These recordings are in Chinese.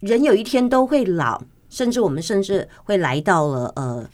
人有一天都会老，甚至我们甚至会来到了呃，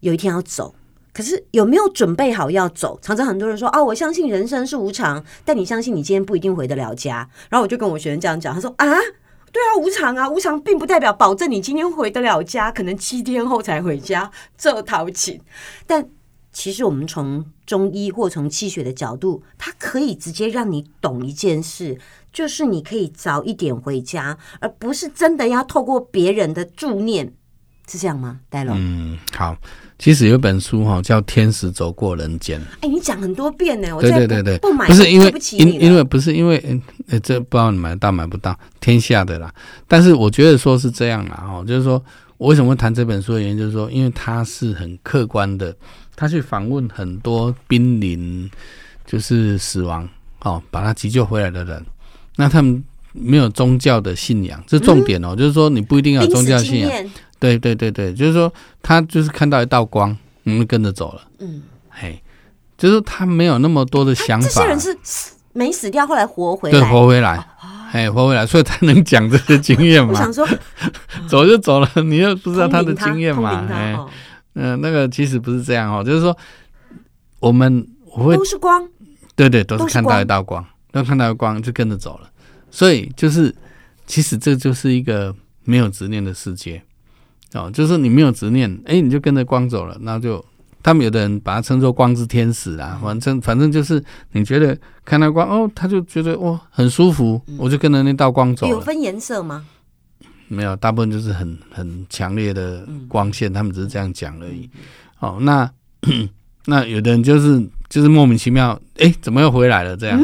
有一天要走。可是有没有准备好要走？常常很多人说哦，我相信人生是无常，但你相信你今天不一定回得了家。然后我就跟我学生这样讲，他说啊，对啊，无常啊，无常并不代表保证你今天回得了家，可能七天后才回家，这淘气。但其实我们从中医或从气血的角度，它可以直接让你懂一件事，就是你可以早一点回家，而不是真的要透过别人的助念，是这样吗？戴龙，哎、嗯，好。其实有一本书哈、叫《天使走过人间》，哎你讲很多遍呢，我对再对哦不对对，不买不是因对为不起你因了因为不是因为嗯呃这不知道你买得到买不到天下的啦，但是我觉得说是这样啦哈、哦，就是说我为什么会谈这本书的原因，就是说因为它是很客观的，他去访问很多濒临就是死亡哦，把他急救回来的人，那他们没有宗教的信仰，这重点哦，就是说你不一定要有濒宗嗯死教经信仰，验，对对对对，就是说他就是看到一道光，嗯，跟着走了。嗯，嘿，就是他没有那么多的他想这法些，人是死没死掉，后来活回对，来。哦活回来，哎，活回来，所以才能讲这些经验 我嘛想。说，走就走了，你又不不知道他的经验嘛？哎，哦、嗯、那个其实不是这样哦，就是说我们我会都是光，对对，都都是是看到光一道光，都看到光就跟着走了。所以就是，其实这就是一个没有执念的世界哦，就是你没有执念，哎，你就跟着光走了，那就他们有的人把它称作光之天使嗯啊，反正反正就是你觉得看到光哦，他就觉得哦很舒服，我就跟着那道光走嗯有了。分颜色吗？没有，大部分就是很很强烈的光线，他们只是这样讲而已。哦，那 那有的人就是就是莫名其妙，哎，怎么又回来了？这样，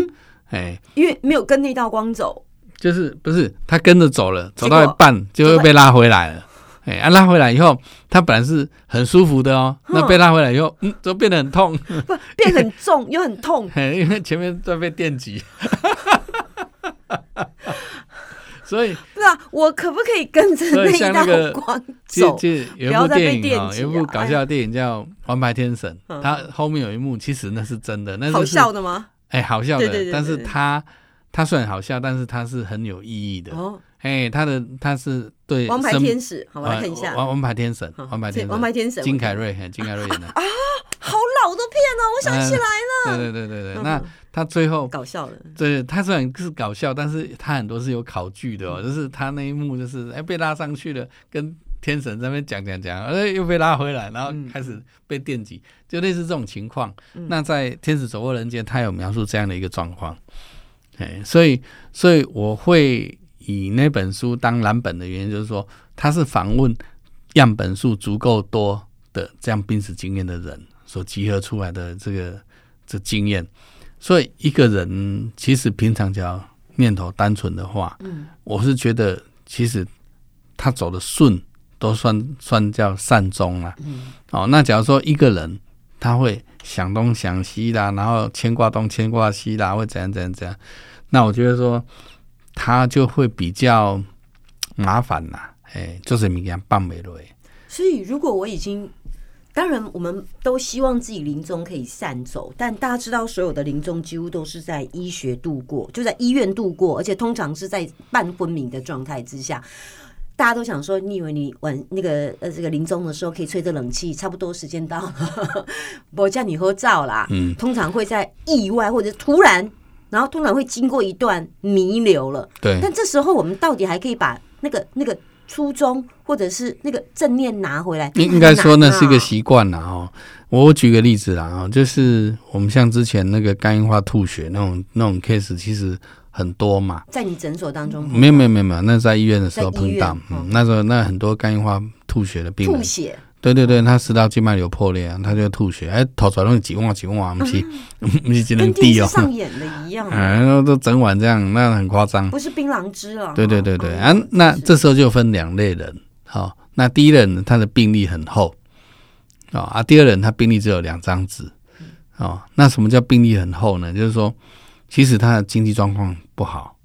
哎、因为没有跟那道光走，就是不是他跟着走了，走结果到一半就结会果被拉回来了。哎，啊，拉回来以后，他本来是很舒服的哦，哼那被拉回来以后，嗯，都变得很痛， 不变很重又很痛。嘿因为前面在被电击， 所以不是啊，我可不可以跟着所以那一像那道个光其实走？其实不有一要部再被电影电啊、击有一啊部搞笑的电影叫《王牌天神》，嗯它后面有一幕其实那是真的，那好就是笑的吗？哎好笑对对对对的，但是对它它虽然好笑，但是它是很有意义的。哦，哎，它的它是对王牌生天使，好，我来呃看一下。王王牌天神，好王牌天这神，王牌天神，金凯瑞，嘿金凯瑞演的。啊好老的片哦，我想起来了，对对对对嗯对，那他最后，搞笑了。对他虽然是搞笑，但是他很多是有考据的哦，就是他那一幕就是哎被拉上去了，跟天神在那边讲讲讲，哎又被拉回来，然后开始被电击，就类似这种情况。那在《天使走过人间》，他有描述这样的一个状况，哎，所以所以我会以那本书当蓝本的原因，就是说它是访问样本数足够多的这样濒死经验的人所集合出来的这个这经验。所以一个人其实平常只要念头单纯的话，嗯，我是觉得其实他走的顺都算算叫善终啦。嗯，哦，那假如说一个人他会想东想西啦，然后牵挂东牵挂西啦，会怎样怎样怎样，那我觉得说他就会比较麻烦啦。哎，就是明天放没落。所以，如果我已经，当然我们都希望自己临终可以善走，但大家知道，所有的临终几乎都是在医学度过，就在医院度过，而且通常是在半昏迷的状态之下。大家都想说，你以为你晚那个呃这个临终的时候可以吹着冷气，差不多时间到了，我叫你喝照啦。嗯， 通常会在意外或者突然，然后通常会经过一段弥留了。对但这时候我们到底还可以把那个那个初衷或者是那个正念拿回来？应应该说那很难啊是一个习惯啦哦。我举个例子啦哦，就是我们像之前那个肝硬化吐血那种那种 case，其实很多嘛。在你诊所当中没有没有没有没有，那在医院的时候在医碰院到，嗯嗯，那时候那很多肝硬化吐血的病吐人，血，对对对，他食道静脉瘤破裂啊，他就吐血，哎，吐出来都是几万几万，不是 不是只能啊跟电滴视哦，上演的一样， 嗯，都整晚这样，那很夸张。不是槟榔汁哦了。对对对对，啊，那这时候就分两类人，好、那第一类人他的病历很厚，哦啊，第二类人他病历只有两张纸，哦，那什么叫病历很厚呢？就是说，其实他的经济状况不好，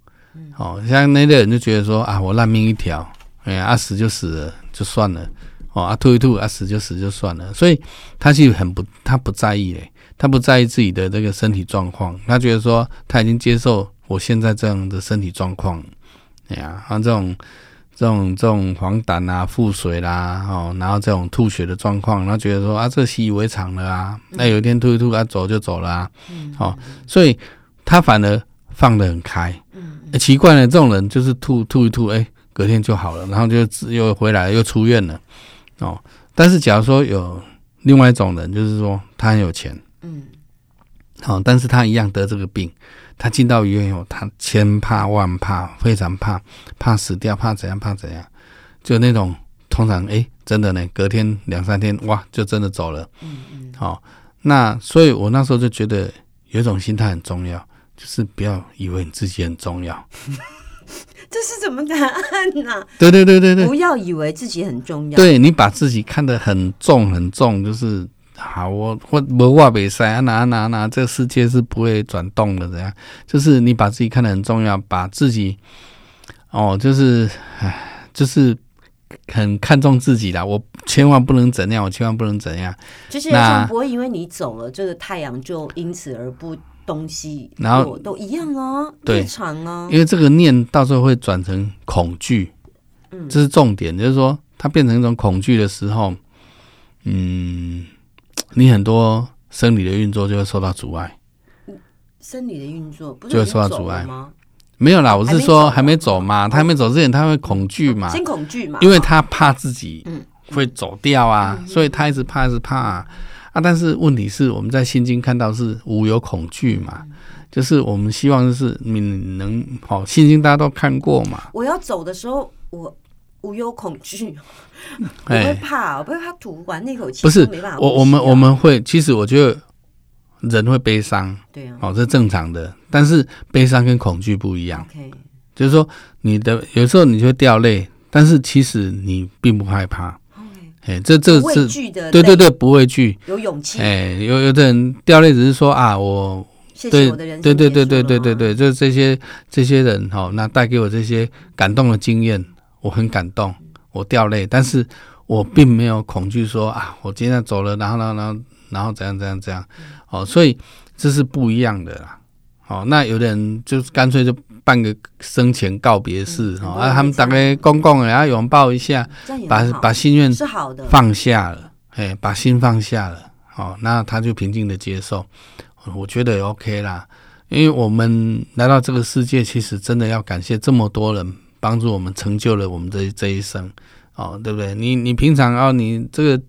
哦，像那类人就觉得说啊，我烂命一条，哎呀，啊死就死了，就算了，哦啊吐一吐，啊死就死就算了，所以他其实很不，他不在意嘞，他不在意自己的这个身体状况，他觉得说他已经接受我现在这样的身体状况，哎呀，像这种这种这种黄疸啊、腹水啦，哦，然后这种吐血的状况，然后觉得说啊，这习以为常了啊，那有一天吐一吐啊，走就走了啊，哦，所以他反而放得很开。欸奇怪了，这种人就是吐吐一吐，哎、隔天就好了，然后就自又回来了又出院了，哦。但是假如说有另外一种人，就是说他很有钱，嗯，好、但是他一样得这个病，他进到医院以后，他千怕万怕，非常怕，怕死掉，怕怎样，怕怎样，就那种通常哎、真的呢，隔天两三天，哇，就真的走了，嗯嗯，好、那所以我那时候就觉得有一种心态很重要，就是不要以为你自己很重要，这是怎么答案呢、对对对对 对，不要以为自己很重要。对你把自己看得很重很重，就是好，我我我话北塞啊哪哪哪，这个世界是不会转动的，怎样？就是你把自己看得很重要，把自己哦，就是唉，就是很看重自己啦。我千万不能怎样，我千万不能怎样。就是那像不会因为你走了，这个太阳就因此而不东西落，然后哦都一样啊，对日常啊，因为这个念到时候会转成恐惧，嗯这是重点，就是说它变成一种恐惧的时候，嗯，你很多生理的运作就会受到阻碍。生理的运作不是就会已经受到走阻了碍吗？没有啦，我是说还还没哦没走嘛，他还没走之前他会恐惧嘛，先恐惧嘛，因为他怕自己嗯会走掉啊，所以他一直怕，一直怕啊。啊但是问题是我们在《心经》看到是无有恐惧嘛，嗯就是我们希望就是你能好，《心经》大家都看过嘛，我要走的时候，我无忧恐惧，我会哎，怕，我会怕吐完那口气，不是没办法呼吸啊、我我们我们会，其实我觉得人会悲伤，对啊哦，这正常的，但是悲伤跟恐惧不一样。 ，OK，就是说你的有时候你就会掉泪，但是其实你并不害怕。哎，这这哦畏是惧的，对对，对，不畏惧。有勇气，哎，有有的人掉泪只是说啊，我谢对谢我的人生，对对对对对对，对，就是这些这些人哈、哦，那带给我这些感动的经验，我很感动，我掉泪，但是我并没有恐惧说啊，我今天走了，然后然后然后然后怎样怎样怎样，哦，所以这是不一样的啦。哦，那有的人就是干脆就办个生前告别式嗯很哦，多人啊，他会们这大样概公共然后拥抱一下，这样也把很好把心愿是好的，放下了，哎，把心放下了，哦，那他就平静的接受，我觉得也 OK 啦。因为我们来到这个世界，其实真的要感谢这么多人帮助我们，成就了我们这这一生，哦，对不对？你你平常哦，你这个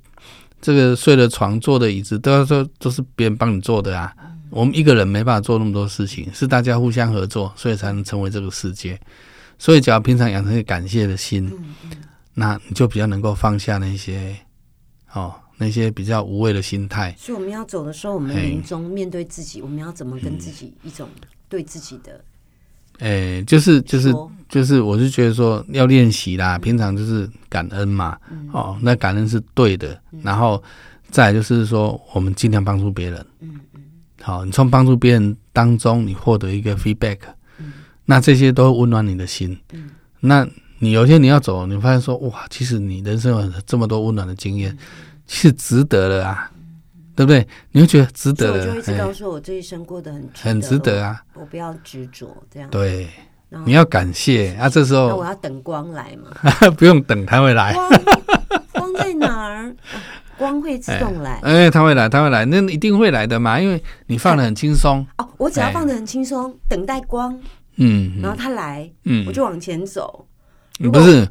这个睡的床、坐的椅子，都要说都是别人帮你做的啊。嗯我们一个人没办法做那么多事情，是大家互相合作，所以才能成为这个世界。所以，只要平常养成一个感谢的心，嗯嗯，那你就比较能够放下那些哦那些比较无谓的心态。所以我们要走的时候，我们哎临终面对自己，我们要怎么跟自己一种对自己的诶、就是就是说就是，我是觉得说要练习啦，平常就是感恩嘛，嗯哦，那感恩是对的，然后再来就是说我们尽量帮助别人，嗯好，你从帮助别人当中你获得一个 feedback，那嗯这些都温暖你的心，那你有一天你要走，你发现说哇，其实你人生有这么多温暖的经嗯验，其实值得了啊，对不对？你会觉得所值以得我了就一，直哎告诉我这一生过得很值很值得啊，我不要执着这样。对然。后你要感谢啊！这时那我候哎要等光来嘛？ 不用等他会来，光光在哪儿？啊光会自动来哎，他会来，他会来，那一定会来的嘛，因为你放的很轻松，哦。我只要哎放得很轻松，等待光，嗯然后它来，嗯我，就往前走。如嗯果不是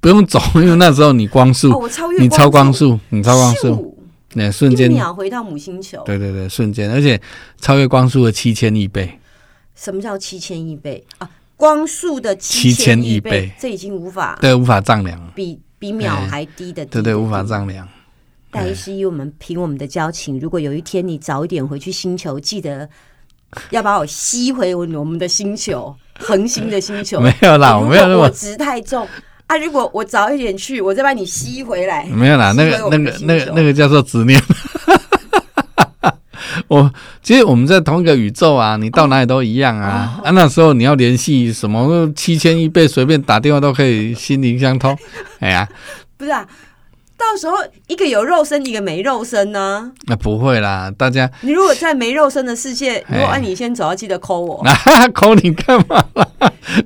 不用走，因为那时候你光哦，速，我超越你超光光，速，你超光速，那瞬咻，一间，秒回到母星球。对对对，瞬间，而且超越光速的七千亿倍，什么叫七千亿倍啊？光速的7000亿亿倍这已经无法对，无法丈量，比比秒还低的低对对，的无法哎低丈量，戴医师，以我们凭我们的交情，如果有一天你早一点回去星球，记得要把我吸回我们的星球，恒星的星球。 没有啦，我没有那如果我么，值太重啊！如果我早一点去，我再把你吸回来。 没有啦，那吸回个我那们的个星那个球那个叫做执念。 我其实我们在同一个宇宙啊，你到哪里都一样啊。哦啊，那时候你要联系什么七千亿倍，随便打电话都可以心灵 相通。哎呀，不是啊，到时候一个有肉身，一个没肉身呢、那不会啦，大家 你如果在没肉身的世界，哎如果按你先走，要记得抠我。啊，扣你干嘛啦？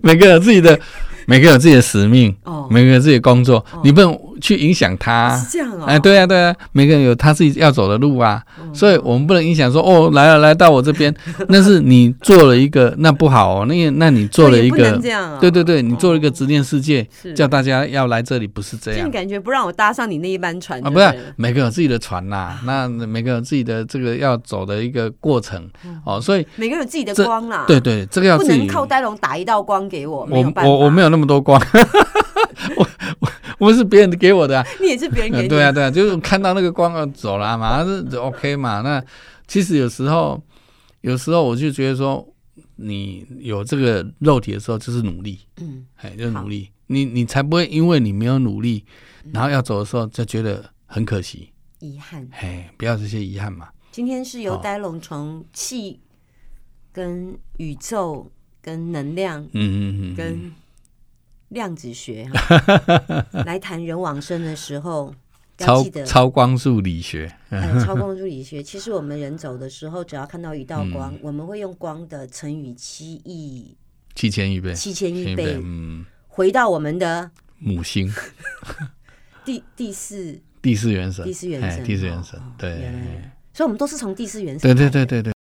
每个人有自己的每个有自己的使命，哦，每个有自己的工作，你不能去影响他是。这样哦，哎，对啊，对啊，每个人有他自己要走的路啊，嗯所以我们不能影响说哦，来了来到我这 边，那是你做了一个，那不好哦，那个那你做了也一不个能这，样啊，对对对，你做了一个哦执念世界，是叫大家要来这里，不是这就样你。感觉不让我搭上你那一班船啊，就不对是了，每个有自己的船呐、那每个有自己的这个要走的一个过程哦，所以每个人有自己的这光啦，对，对，这个要嗯不自能己。哦靠呆龙打一道光给我，没有我办法，我我没有那么多光， 我我我是别人给我的、啊，你也是别人给嗯，你，对啊，对啊，就是看到那个光啊走了嘛， 马上是 OK 嘛。那其实有时候，有时候我就觉得说，你有这个肉体的时候，就是努力，嗯，哎，就是好嗯努力，你你才不会因为你没有努力，然后要走的时候就觉得很可惜，遗憾。哎，不要这些遗憾嘛。今天是由好呆龙从气、跟宇宙、跟能量、嗯嗯嗯嗯，跟量子学、哈 来谈人往生的时候，要超记得 超光速理学，呃，超光物理学，其实我们人走的时候，只要看到一道光，嗯我们会用光的乘以七亿七千亿倍，七千亿千倍，嗯，回到我们的母星，第第四，第四元神，第四元神哎第四元神哦哦，对原，来所以我们都是从第四元神来对的。对对对对。